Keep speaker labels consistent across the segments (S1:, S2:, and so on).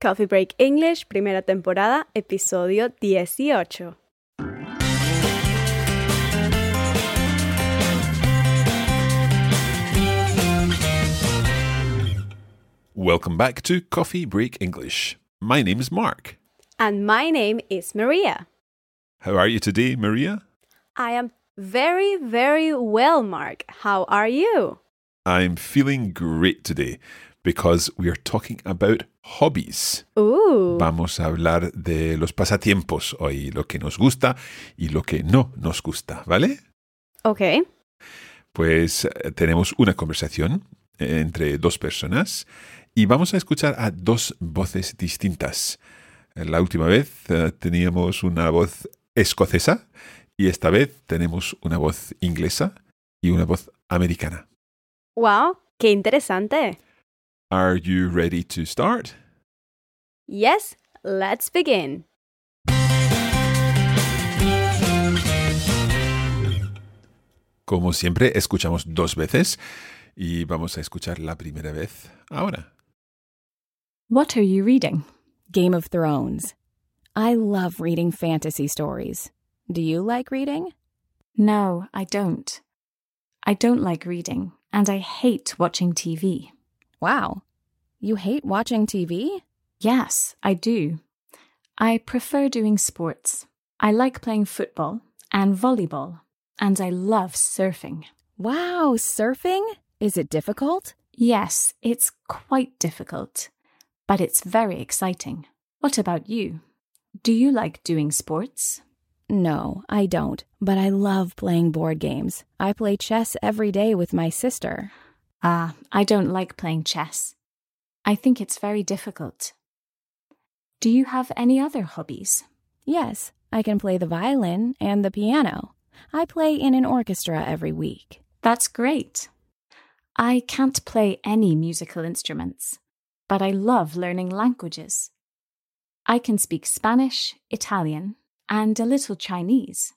S1: Coffee Break English, primera temporada, episodio 18.
S2: Welcome back to Coffee Break English. My name is Mark.
S1: And my name is Maria.
S2: How are you today, Maria?
S1: I am very, very well, Mark. How are you?
S2: I'm feeling great today because we are talking about hobbies.
S1: Ooh.
S2: Vamos a hablar de los pasatiempos hoy, lo que nos gusta y lo que no nos gusta, ¿vale?
S1: Okay.
S2: Pues eh, tenemos una conversación eh, entre dos personas y vamos a escuchar a dos voces distintas. Eh, La última vez eh, teníamos una voz escocesa y esta vez tenemos una voz inglesa y una voz americana.
S1: Wow, qué interesante.
S2: Are you ready to start?
S1: Yes, let's begin.
S2: Como siempre, escuchamos dos veces y vamos a escuchar la primera vez ahora.
S3: What are you reading? Game of Thrones. I love reading fantasy stories. Do you like reading?
S4: No, I don't. I don't like reading, and I hate watching TV.
S3: Wow. You hate watching TV?
S4: Yes, I do. I prefer doing sports. I like playing football and volleyball, and I love surfing.
S3: Wow, surfing? Is it difficult?
S4: Yes, it's quite difficult, but it's very exciting. What about you? Do you like doing sports?
S3: No, I don't, but I love playing board games. I play chess every day with my sister.
S4: Ah, I don't like playing chess. I think it's very difficult. Do you have any other hobbies?
S3: Yes, I can play the violin and the piano. I play in an orchestra every week.
S4: That's great. I can't play any musical instruments, but I love learning languages. I can speak Spanish, Italian, and a little Chinese.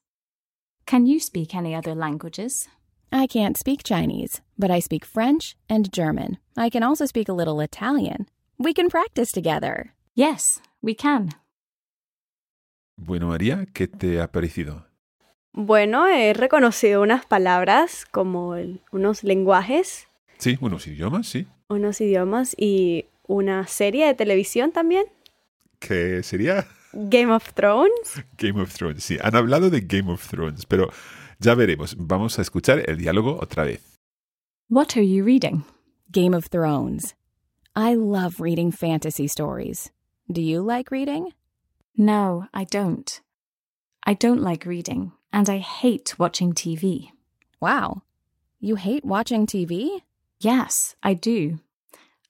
S4: Can you speak any other languages?
S3: I can't speak Chinese, but I speak French and German. I can also speak a little Italian. We can practice together.
S4: Yes, we can.
S2: Bueno, María, ¿qué te ha parecido?
S1: Bueno, he reconocido unas palabras como el- unos lenguajes,
S2: Sí, unos idiomas, sí.
S1: unos idiomas y una serie de televisión también,
S2: ¿Qué sería?
S1: Game of Thrones.
S2: Game of Thrones. Sí, han hablado de Game of Thrones, pero ya veremos. Vamos a escuchar el diálogo otra vez.
S4: What are you reading?
S3: Game of Thrones. I love reading fantasy stories. Do you like reading?
S4: No, I don't. I don't like reading, and I hate watching TV.
S3: Wow. You hate watching TV?
S4: Yes, I do.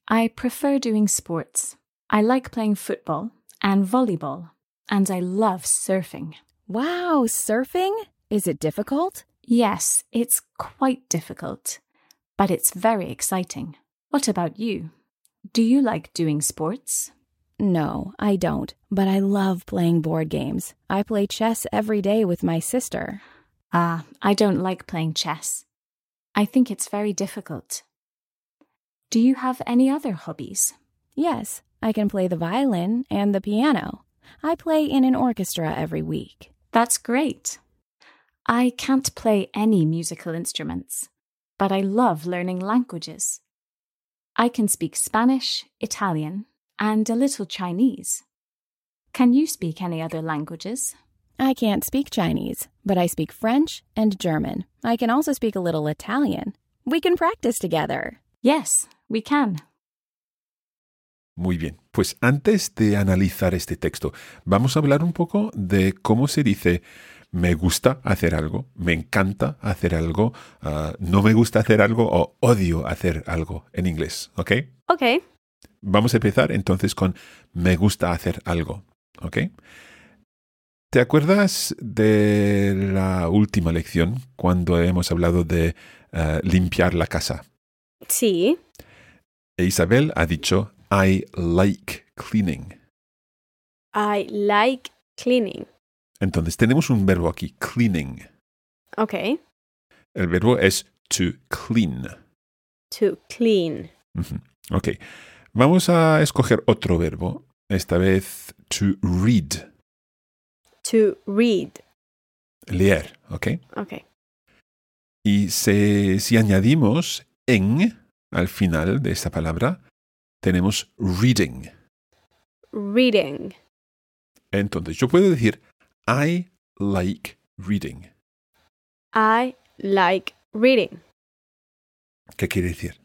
S4: I prefer doing sports. I like playing football and volleyball, and I love surfing.
S3: Wow, surfing? Is it difficult?
S4: Yes, it's quite difficult, but it's very exciting. What about you? Do you like doing sports?
S3: No, I don't, but I love playing board games. I play chess every day with my sister.
S4: Ah, I don't like playing chess. I think it's very difficult. Do you have any other hobbies?
S3: Yes, I can play the violin and the piano. I play in an orchestra every week.
S4: That's great. I can't play any musical instruments, but I love learning languages. I can speak Spanish, Italian, and a little Chinese. Can you speak any other languages?
S3: I can't speak Chinese, but I speak French and German. I can also speak a little Italian. We can practice together.
S4: Yes, we can.
S2: Muy bien, pues antes de analizar este texto, vamos a hablar un poco de cómo se dice me gusta hacer algo, me encanta hacer algo, ah, no me gusta hacer algo o odio hacer algo en inglés, ¿ok?
S1: Ok,
S2: Vamos a empezar entonces con me gusta hacer algo, ¿ok? ¿Te acuerdas de la última lección cuando hemos hablado de eh, limpiar la casa?
S1: sí.
S2: E Isabel ha dicho I like cleaning.
S1: I like cleaning.
S2: Entonces tenemos un verbo aquí, cleaning.
S1: Ok,
S2: El verbo es to clean.
S1: to clean.
S2: Ujú. Ok. Vamos a escoger otro verbo, esta vez to read,
S1: To read.
S2: leer, ¿ok?
S1: Ok,
S2: Y se- si añadimos en al final de esta palabra, tenemos reading.
S1: reading.
S2: Entonces yo puedo decir I like reading.
S1: I like reading.
S2: ¿Qué quiere decir?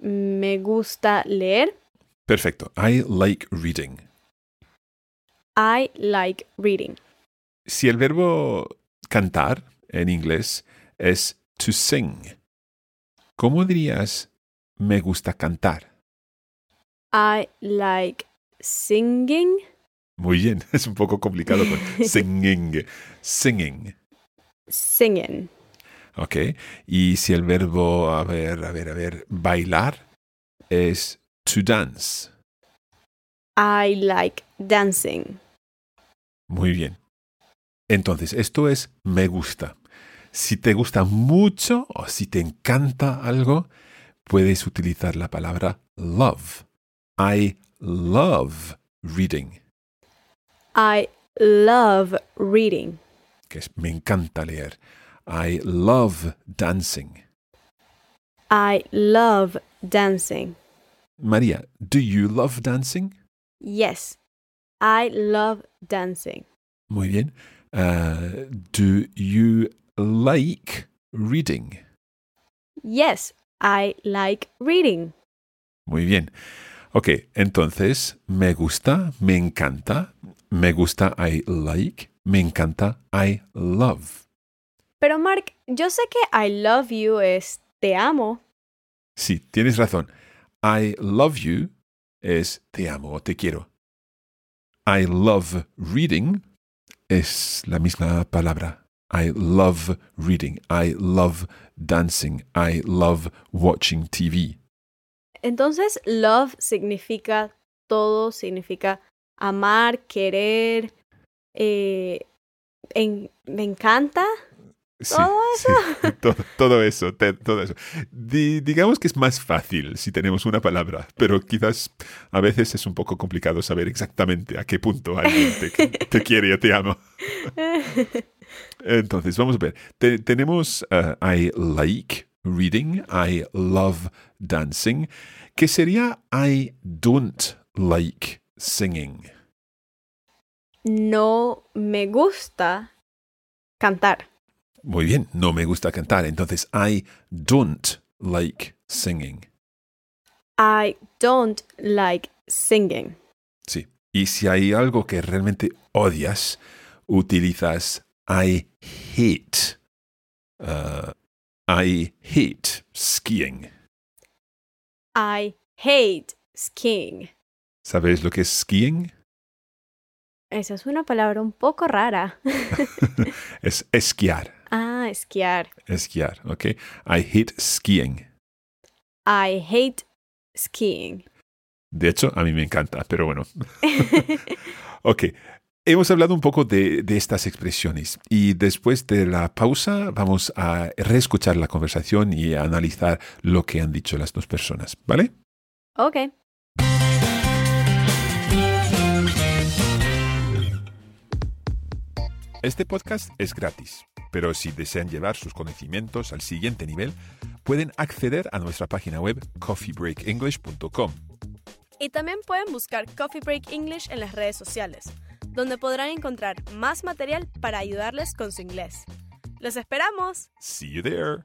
S1: Me gusta leer.
S2: Perfecto. I like reading.
S1: I like reading.
S2: Si el verbo cantar en inglés es to sing, ¿cómo dirías me gusta cantar?
S1: I like singing.
S2: Muy bien, es un poco complicado con singing. Singing.
S1: Singing.
S2: Ok. Y si el verbo, a ver, a ver, a ver, bailar es to dance.
S1: I like dancing.
S2: Muy bien. Entonces, esto es me gusta. Si te gusta mucho o si te encanta algo, puedes utilizar la palabra love. I love reading,
S1: I love reading.
S2: que es me encanta leer. I love dancing.
S1: I love dancing.
S2: María, do you love dancing?
S1: Yes. I love dancing.
S2: Muy bien. Uh, do you like reading?
S1: Yes. I like reading.
S2: Muy bien. Ok, entonces me gusta, me encanta, me gusta, I like, me encanta, I love.
S1: Pero Mark, yo sé que I love you es te amo.
S2: Sí, tienes razón. I love you es te amo o te quiero. I love reading es la misma palabra. I love reading, I love dancing, I love watching TV.
S1: Entonces, love significa todo, significa amar, querer, eh, en- me encanta.
S2: Sí,
S1: ¿Todo
S2: sí, todo, todo eso, te- todo eso. Di- digamos que es más fácil si tenemos una palabra, pero quizás a veces es un poco complicado saber exactamente a qué punto alguien te, te quiere o te ama. Entonces, vamos a ver. Te- tenemos eh, I like reading, I love dancing, que sería I don't like singing.
S1: no me gusta cantar.
S2: Muy bien, no me gusta cantar, entonces I don't like singing.
S1: I don't like singing.
S2: Sí. Y si hay algo que realmente odias, utilizas I hate. uh, I hate skiing.
S1: I hate skiing.
S2: ¿Sabes lo que es skiing?
S1: Esa es una palabra un poco rara.
S2: es esquiar.
S1: ah, esquiar.
S2: Esquiar, ¿ok? I hate skiing.
S1: I hate skiing.
S2: De hecho, a mí me encanta, pero bueno. Ok, hemos hablado un poco de, de estas expresiones y después de la pausa vamos a reescuchar la conversación y a analizar lo que han dicho las dos personas, ¿vale?
S1: ok.
S2: Este podcast es gratis. Pero si desean llevar sus conocimientos al siguiente nivel, pueden acceder a nuestra página web coffeebreakenglish.com.
S1: Y también pueden buscar Coffee Break English en las redes sociales, donde podrán encontrar más material para ayudarles con su inglés. ¡Los esperamos!
S2: See you there!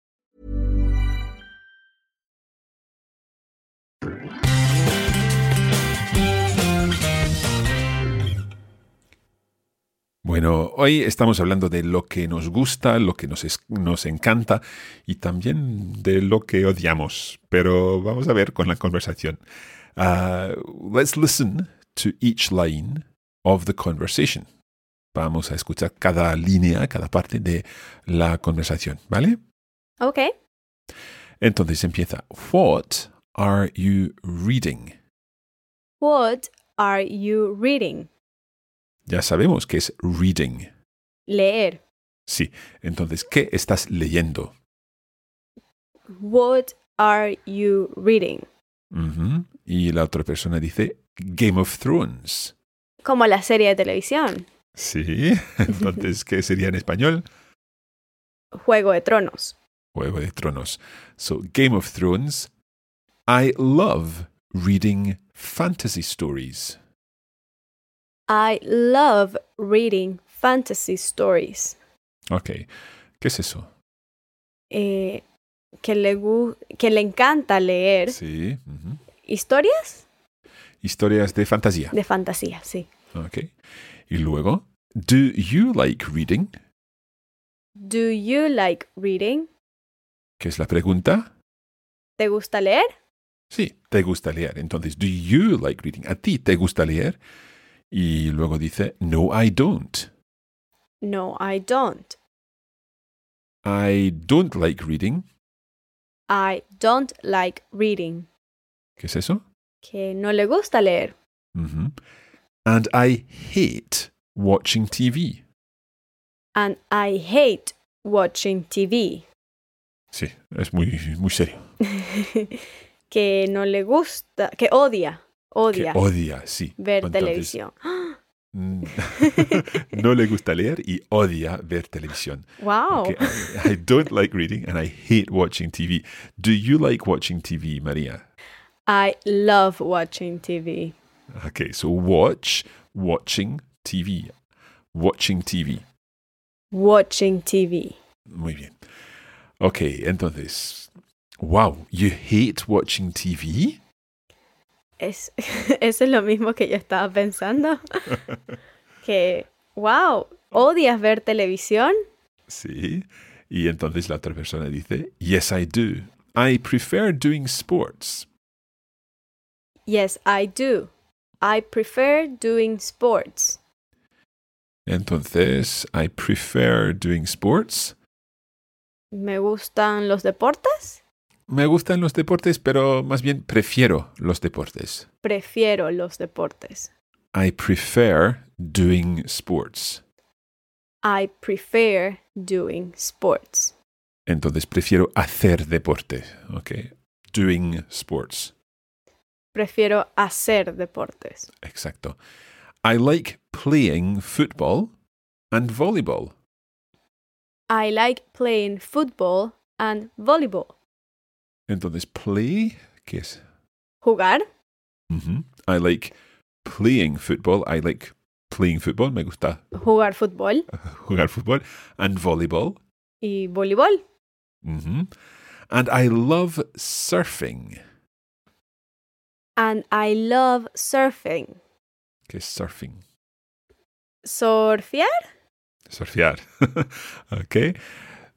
S2: Bueno, hoy estamos hablando de lo que nos gusta, lo que nos, es- nos encanta y también de lo que odiamos. Pero vamos a ver con la conversación. Ah, let's listen to each line of the conversation. Vamos a escuchar cada línea, cada parte de la conversación, ¿vale?
S1: Ok.
S2: Entonces empieza. What are you reading?
S1: What are you reading?
S2: Ya sabemos que es reading.
S1: Leer.
S2: Sí. Entonces, ¿qué estás leyendo?
S1: What are you reading?
S2: Ujú. Y la otra persona dice Game of Thrones.
S1: Como la serie de televisión,
S2: Sí. Entonces, ¿qué sería en español?
S1: Juego de Tronos.
S2: Juego de Tronos. So, Game of Thrones. I love reading fantasy stories.
S1: I love reading fantasy stories.
S2: Ok. ¿Qué es eso?
S1: Eh, que, le gu- que le encanta leer
S2: Sí. ujú.
S1: historias
S2: Historias de fantasía.
S1: de fantasía, sí.
S2: Ok. Y luego, ¿Do you like reading?
S1: Do you like reading?
S2: ¿Qué es la pregunta?
S1: ¿Te gusta leer?
S2: Sí, te gusta leer. Entonces, ¿do you like reading? ¿A ti te gusta leer? Y luego dice, no, I don't.
S1: No, I don't.
S2: I don't like reading.
S1: I don't like reading.
S2: ¿Qué es eso?
S1: Que no le gusta leer.
S2: Ujú. And I hate watching TV.
S1: And I hate watching TV.
S2: Sí, es muy, muy serio.
S1: que no le gusta, que odia, odia
S2: Que odia, sí.
S1: ver
S2: Entonces,
S1: televisión. ¡Ah!
S2: mm, no le gusta leer y odia ver televisión.
S1: Wow.
S2: Okay, I, I don't like reading and I hate watching TV. Do you like watching TV, Maria?
S1: I love watching TV.
S2: Okay, so watch, watching TV. Watching TV.
S1: Watching TV.
S2: Muy bien. Okay, entonces. Wow, you hate watching TV?
S1: Es, eso es lo mismo que yo estaba pensando. que, wow, odias ver televisión.
S2: Sí. Y entonces la otra persona dice, Yes, I do. I prefer doing sports.
S1: Yes, I do. I prefer doing sports.
S2: Entonces, I prefer doing sports.
S1: Me gustan los deportes.
S2: me gustan los deportes, pero más bien prefiero los deportes.
S1: Prefiero los deportes.
S2: I prefer doing sports.
S1: I prefer doing sports.
S2: Entonces prefiero hacer deporte, ¿ok? Doing sports.
S1: Prefiero hacer deportes.
S2: Exacto. I like playing football and volleyball.
S1: I like playing football and volleyball.
S2: Entonces, play, ¿qué es?
S1: Jugar.
S2: Ujú. I like playing football. I like playing football. Me gusta
S1: Jugar fútbol
S2: jugar fútbol. And volleyball.
S1: y voleibol.
S2: Ujú. And I love surfing.
S1: And I love surfing.
S2: ¿Qué es surfing?
S1: Surfear.
S2: Surfear. okay.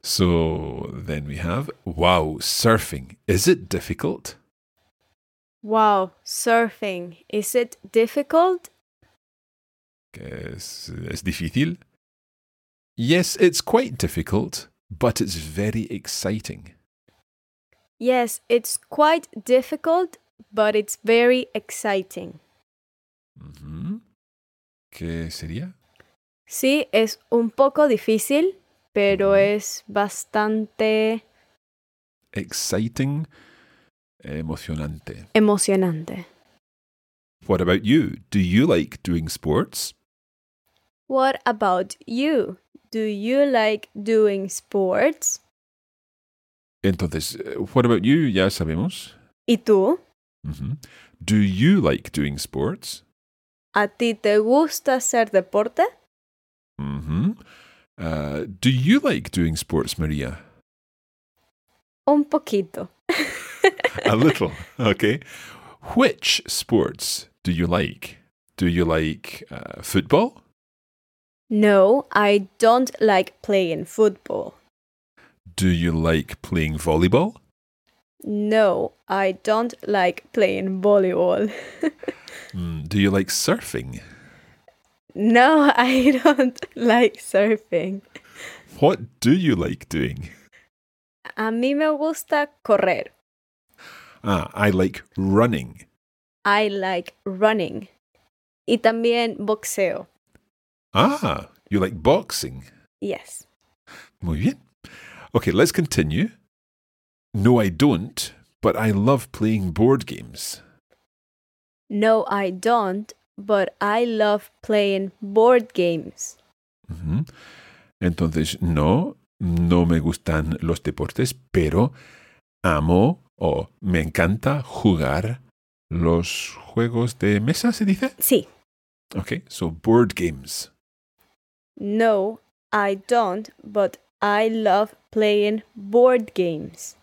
S2: So then we have, wow, surfing. Is it difficult?
S1: Wow, surfing. Is it difficult?
S2: que es, es difícil. Yes, it's quite difficult, but it's very exciting.
S1: Yes, it's quite difficult, but it's very exciting.
S2: Ujú. ¿Qué sería?
S1: Sí, es un poco difícil, pero
S2: Ujú.
S1: es bastante
S2: Exciting, emocionante.
S1: emocionante.
S2: What about you? Do you like doing sports?
S1: What about you? Do you like doing sports?
S2: Entonces, eh, what about you? Ya sabemos.
S1: ¿Y tú?
S2: Ujú. Do you like doing sports?
S1: ¿A ti te gusta hacer deporte?
S2: Ujú. Mm-hmm. Uh, do you like doing sports, Maria?
S1: Un poquito.
S2: a little. Okay. Which sports do you like? Do you like uh, football?
S1: No, I don't like playing football.
S2: Do you like playing volleyball?
S1: No, I don't like playing volleyball.
S2: Mm, do you like surfing?
S1: No, I don't like surfing.
S2: What do you like doing?
S1: A mí me gusta correr.
S2: Ah, I like running.
S1: I like running. Y también boxeo.
S2: Ah, you like boxing.
S1: Yes.
S2: Muy bien. Okay, let's continue. No, I don't, but I love playing board games.
S1: No, I don't, but I love playing board games.
S2: Ujú. Entonces, no, no me gustan los deportes, pero amo o me encanta jugar los juegos de mesa, ¿se dice?
S1: Sí.
S2: Ok, so board games.
S1: No, I don't, but I love playing board games.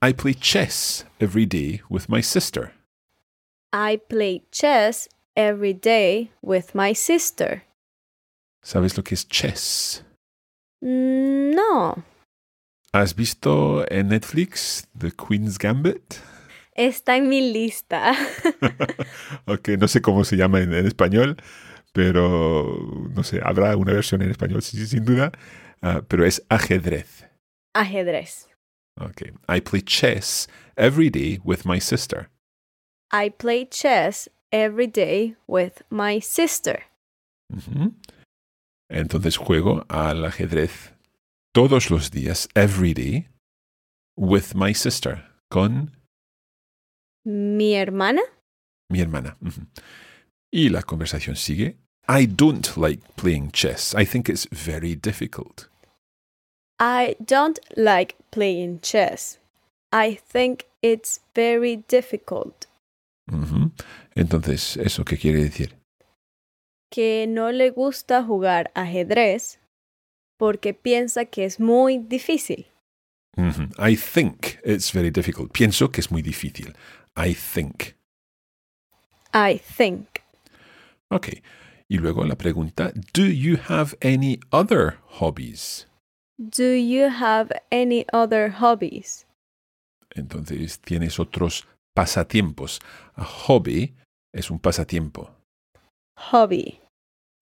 S2: I play chess every day with my sister.
S1: I play chess every day with my sister.
S2: ¿Sabes lo que es chess?
S1: Mm, No.
S2: ¿Has visto en Netflix The Queen's Gambit?
S1: Está en mi lista.
S2: ok, no sé cómo se llama en, en español, pero no sé, habrá una versión en español, sí, sí, sin duda, ah, pero es ajedrez.
S1: Ajedrez.
S2: Okay. I play chess every day with my sister.
S1: I play chess every day with my sister.
S2: Ujú. Entonces juego al ajedrez todos los días, every day, with my sister, con
S1: Mi hermana?
S2: mi hermana. Ujú. Y la conversación sigue. I don't like playing chess. I think it's very difficult.
S1: I don't like playing chess. I think it's very difficult.
S2: Ujú. Entonces, ¿eso qué quiere decir?
S1: Que no le gusta jugar ajedrez porque piensa que es muy difícil.
S2: Ujú. I think it's very difficult. Pienso que es muy difícil. I think.
S1: I think.
S2: Ok. Y luego la pregunta, ¿Do you have any other hobbies?
S1: Do you have any other hobbies?
S2: Entonces, ¿tienes otros pasatiempos? A hobby es un pasatiempo.
S1: Hobby.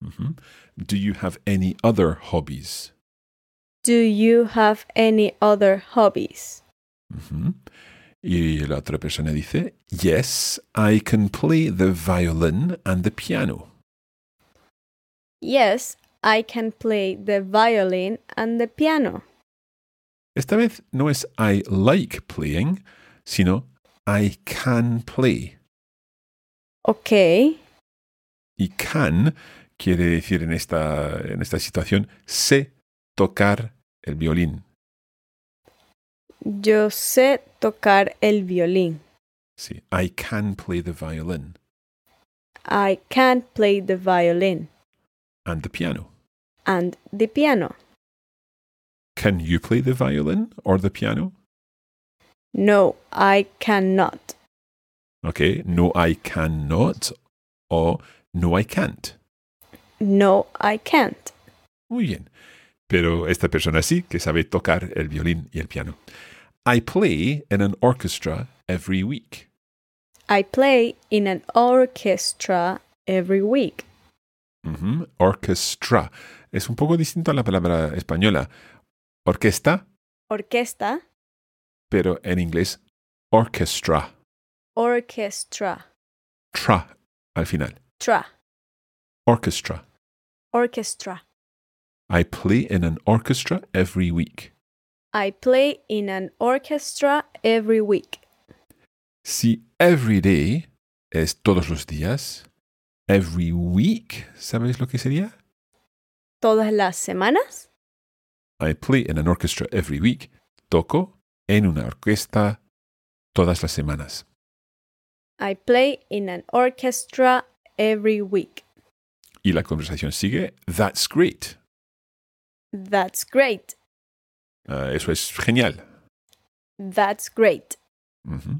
S2: Ujú. ¿Do you have any other hobbies?
S1: Do you have any other hobbies?
S2: Ujú. Y la otra persona dice, Yes, I can play the violin and the piano.
S1: Yes, I can play the violin and the piano.
S2: Esta vez no es I like playing, sino I can play.
S1: Ok.
S2: Y can quiere decir en esta, en esta situación sé tocar el violín.
S1: Yo sé tocar el violín.
S2: Sí, I can play the violin
S1: I can play the violin
S2: and the piano.
S1: and the piano.
S2: Can you play the violin or the piano?
S1: No, I cannot.
S2: Okay, no, I cannot o no, I can't.
S1: No, I can't.
S2: Muy bien. Pero esta persona sí que sabe tocar el violín y el piano. I play in an orchestra every week.
S1: I play in an orchestra every week.
S2: Ujú, Orchestra. Es un poco distinto a la palabra española. Orquesta,
S1: Orquesta,
S2: pero en inglés orchestra.
S1: orchestra,
S2: Tra al final.
S1: tra,
S2: Orchestra.
S1: orchestra.
S2: I play in an orchestra every week.
S1: I play in an orchestra every week.
S2: Si every day es todos los días, every week, ¿sabes lo que sería?
S1: Todas las semanas,
S2: I play in an orchestra every week. Toco en una orquesta todas las semanas.
S1: I play in an orchestra every week.
S2: Y la conversación sigue. That's great.
S1: That's great.
S2: Ah, eso es genial.
S1: That's great.
S2: Ujú. Mm-hmm.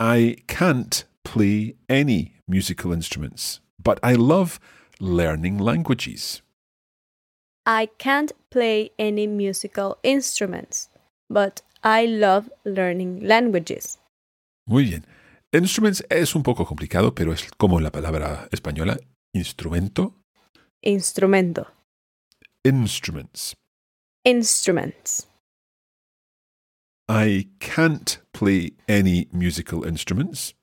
S2: I can't play any musical instruments, but I love learning languages.
S1: I can't play any musical instruments, but I love learning languages.
S2: Muy bien. Instruments es un poco complicado, pero es como la palabra española. Instrumento.
S1: Instrumento.
S2: Instruments.
S1: Instruments.
S2: I can't play any musical instruments.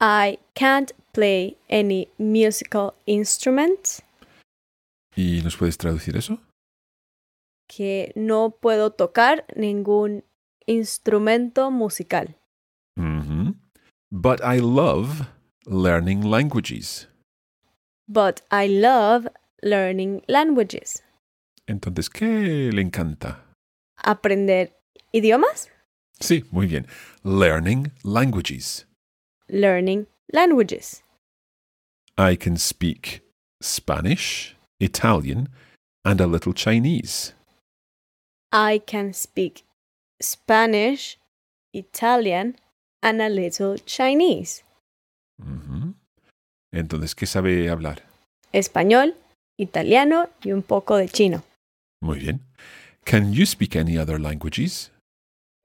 S1: I can't play any musical instrument.
S2: ¿Y nos puedes traducir eso?
S1: Que no puedo tocar ningún instrumento musical.
S2: Mm-hmm. But I love learning languages.
S1: But I love learning languages.
S2: Entonces, ¿qué le encanta?
S1: Aprender idiomas.
S2: Sí, muy bien. Learning languages.
S1: Learning languages.
S2: I can speak Spanish, Italian, and a little Chinese.
S1: I can speak Spanish, Italian, and a little Chinese.
S2: Ujú. Mm-hmm. Entonces, ¿qué sabe hablar?
S1: Español, italiano y un poco de chino.
S2: Muy bien. Can you speak any other languages?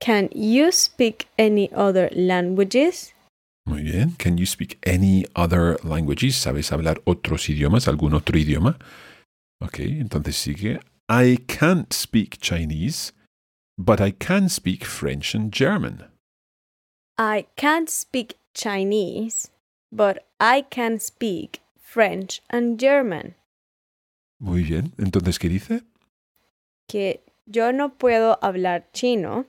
S1: Can you speak any other languages?
S2: Muy bien. Can you speak any other languages? ¿Sabes hablar otros idiomas? ¿Algún otro idioma? Ok, entonces sigue. I can't speak Chinese, but I can speak French and German.
S1: I can't speak Chinese, but I can speak French and German.
S2: Muy bien. Entonces, ¿qué dice?
S1: Que yo no puedo hablar chino,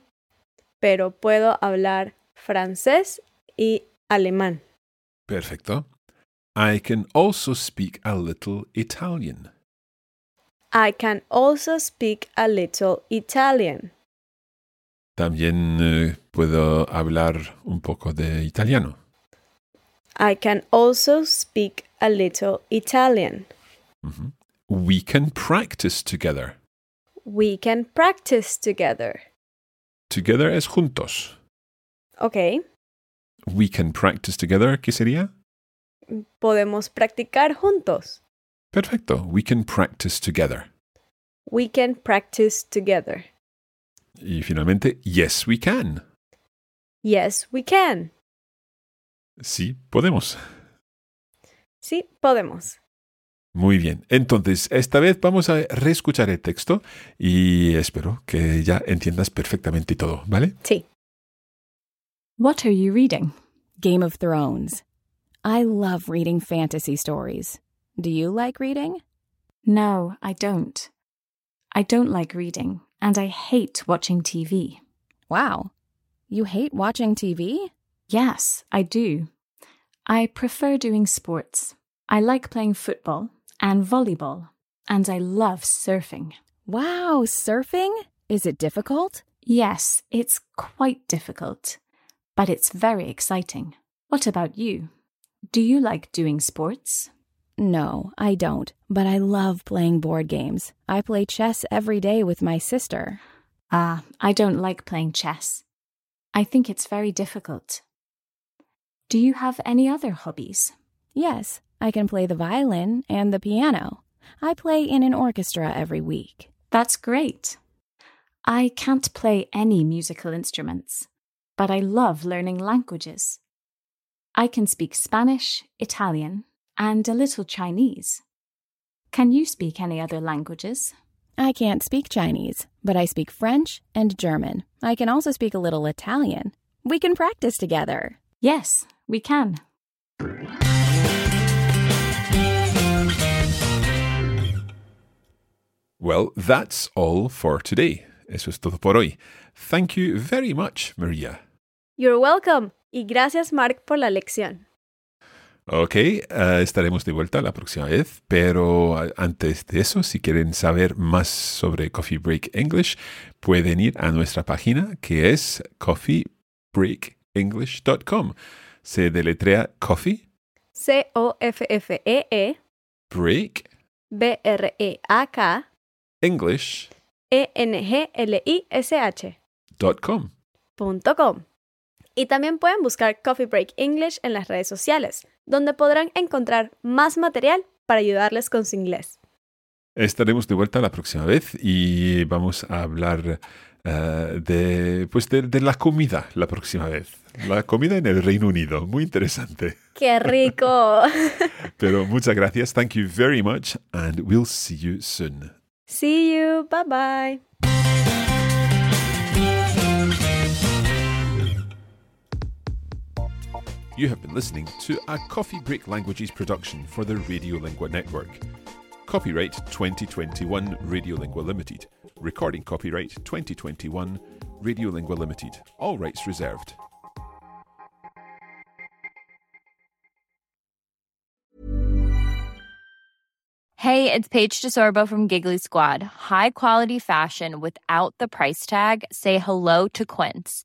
S1: pero puedo hablar francés y alemán.
S2: Perfecto. I can also speak a little Italian.
S1: I can also speak a little Italian.
S2: También eh, puedo hablar un poco de italiano.
S1: I can also speak a little Italian.
S2: Ujú. We can practice together.
S1: We can practice together.
S2: Together es juntos.
S1: Ok,
S2: We can practice together, ¿qué sería?
S1: podemos practicar juntos.
S2: Perfecto. We can practice together.
S1: We can practice together.
S2: Y finalmente, yes, we can.
S1: Yes, we can.
S2: Sí, podemos.
S1: Sí, podemos.
S2: Muy bien. Entonces, esta vez vamos a reescuchar el texto y espero que ya entiendas perfectamente todo, ¿vale?
S1: Sí.
S5: What are you reading? Game of Thrones. I love reading fantasy stories. Do you like reading?
S4: No, I don't. I don't like reading, and I hate watching TV.
S5: Wow. You hate watching TV?
S4: Yes, I do. I prefer doing sports. I like playing football and volleyball, and I love surfing.
S5: Wow, surfing? Is it difficult?
S4: Yes, it's quite difficult, but it's very exciting. What about you? Do you like doing sports?
S5: No, I don't, but I love playing board games. I play chess every day with my sister.
S4: Ah, I don't like playing chess. I think it's very difficult. Do you have any other hobbies?
S5: Yes, I can play the violin and the piano. I play in an orchestra every week.
S4: That's great. I can't play any musical instruments, but I love learning languages. I can speak Spanish, Italian, and a little Chinese. Can you speak any other languages?
S5: I can't speak Chinese, but I speak French and German. I can also speak a little Italian. We can practice together.
S4: Yes, we can.
S2: Well, that's all for today. Eso es todo por hoy. Thank you very much, Maria.
S1: You're welcome. Y gracias, Mark, por la lección.
S2: Ok, eh, estaremos de vuelta la próxima vez, pero eh, antes de eso, si quieren saber más sobre Coffee Break English, pueden ir a nuestra página que es coffeebreakenglish.com. Se deletrea coffee,
S1: C-O-F-F-E-E,
S2: break,
S1: E B-R-E-A-K,
S2: english.com.
S1: E E-N-G-L-I-S-H. www.coffeebreakenglish.com. Y también pueden buscar Coffee Break English en las redes sociales, donde podrán encontrar más material para ayudarles con su inglés.
S2: Estaremos de vuelta la próxima vez y vamos a hablar eh, de, pues de, de la comida la próxima vez. La comida en el Reino Unido, muy interesante.
S1: ¡Qué rico!
S2: Pero muchas gracias, thank you very much and we'll see you soon.
S1: See you, bye bye.
S2: You have been listening to a Coffee Break Languages production for the Radiolingua Network. Copyright 2021 Radiolingua Limited. Recording copyright 2021 Radiolingua Limited. All rights reserved.
S3: Hey, it's Paige DeSorbo from Giggly Squad. High quality fashion without the price tag. Say hello to Quince.